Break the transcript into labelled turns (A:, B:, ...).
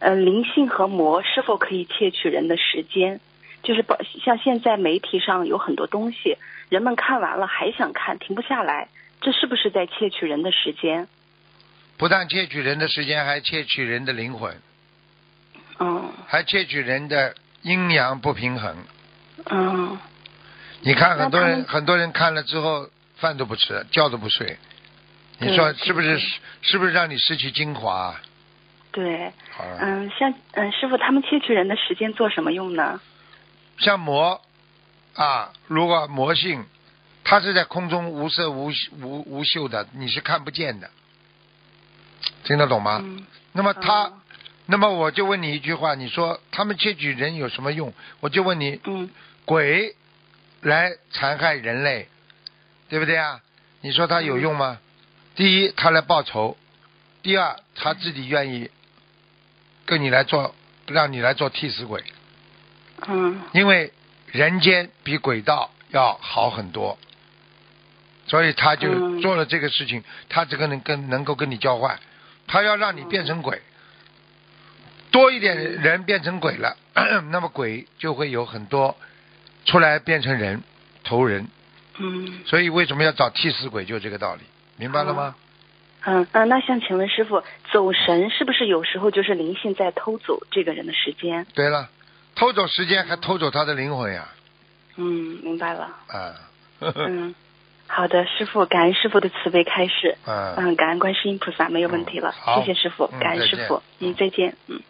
A: 呃，灵性和魔是否可以窃取人的时间？就是包像现在媒体上有很多东西，人们看完了还想看，停不下来，这是不是在窃取人的时间？
B: 不但窃取人的时间，还窃取人的灵魂，
A: 嗯
B: 还窃取人的阴阳不平衡。
A: 嗯
B: 你看很多
A: 那
B: 人，
A: 他
B: 很多人看了之后饭都不吃，觉都不睡，你
A: 对
B: 说
A: 是
B: 是不是
A: 是？
B: 是不是让你失去精华啊？
A: 对，
B: 好了
A: 嗯，像嗯师傅他们窃取人的时间做什么用呢？
B: 像魔啊，如果魔性，它是在空中无色无无无嗅的，你是看不见的，听得懂吗？
A: 嗯，
B: 啊那么它，
A: 嗯
B: 那么我就问你一句话，你说他们窃取人有什么用？我就问你，
A: 嗯
B: 鬼来残害人类，对不对啊？你说他有用吗？第一，他来报仇；第二，他自己愿意跟你来做，让你来做替死鬼。
A: 嗯
B: 因为人间比鬼道要好很多，所以他就
A: 嗯
B: 做了这个事情，他这个能跟能够跟你交换，他要让你变成鬼，多一点人变成鬼了， 那么鬼就会有很多出来变成人投人，
A: 嗯
B: 所以为什么要找替死鬼，就这个道理，明白了吗？
A: 嗯嗯，那想请问师傅，走神是不是有时候就是灵性在偷走这个人的时间？
B: 对了，偷走时间还偷走他的灵魂呀，
A: 嗯，明白了。
B: 啊，
A: 嗯，好的，师傅，感恩师傅的慈悲开示。 嗯
B: 啊，
A: 嗯，感恩观世音菩萨，没有问题了
B: 嗯。好
A: 谢谢师傅
B: 嗯，
A: 感恩
B: 再
A: 师
B: 见
A: 傅。嗯，再见。嗯。